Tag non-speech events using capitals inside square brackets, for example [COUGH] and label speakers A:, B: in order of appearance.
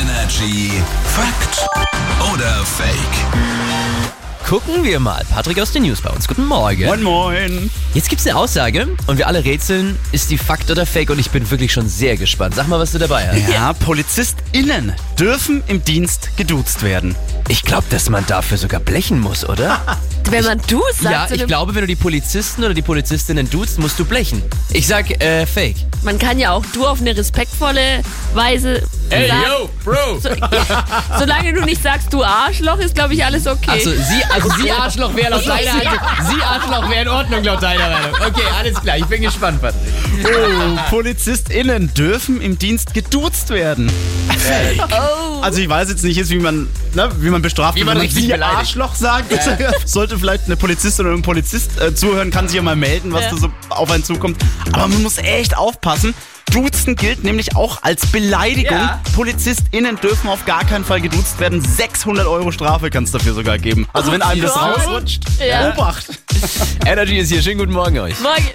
A: Energy Fakt oder Fake?
B: Gucken wir mal. Patrick aus den News bei uns. Guten Morgen.
C: Moin Moin.
B: Jetzt gibt's eine Aussage und wir alle rätseln, ist die Fakt oder Fake und ich bin wirklich schon sehr gespannt. Sag mal, was du dabei hast.
C: Ja, PolizistInnen dürfen im Dienst geduzt werden.
B: Ich glaube, dass man dafür sogar blechen muss, [LAUGHS] oder?
D: Wenn man du sagt,
B: ja,
D: zu
B: ich
D: einem-
B: glaube, wenn du die Polizisten oder die Polizistinnen duzt, musst du blechen. Ich sag, äh, Fake.
D: man kann ja auch du auf eine respektvolle Weise sagen.
B: Bro.
D: So, [LAUGHS] ja, solange du nicht sagst, du Arschloch, ist glaube ich alles okay.
B: Also sie, also sie Arschloch wäre laut deiner Meinung. Sie Arschloch wäre in Ordnung laut deiner Meinung. Okay, alles klar. Ich bin gespannt, Patrick.
C: Oh, PolizistInnen dürfen im Dienst geduzt werden. [LAUGHS]
D: oh.
C: Also ich weiß jetzt nicht, ist, wie man, ne, wie man bestraft,
B: Wie
C: wird,
B: man
C: wenn
B: richtig
C: sie
B: beleidigt.
C: Arschloch sagt. Also, Sollte vielleicht eine Polizistin oder ein Polizist äh, zuhören, kann sich ja mal melden, was
D: Ja.
C: da so auf einen zukommt. Aber man muss echt aufpassen. Duzen gilt nämlich auch als Beleidigung.
B: Ja.
C: PolizistInnen dürfen auf gar keinen Fall geduzt werden. 600 Euro Strafe kann es dafür sogar geben. Also wenn einem das
D: Gott.
C: rausrutscht,
D: Ja.
C: Obacht.
B: Energy ist hier. Schönen guten Morgen euch.
D: Morgen.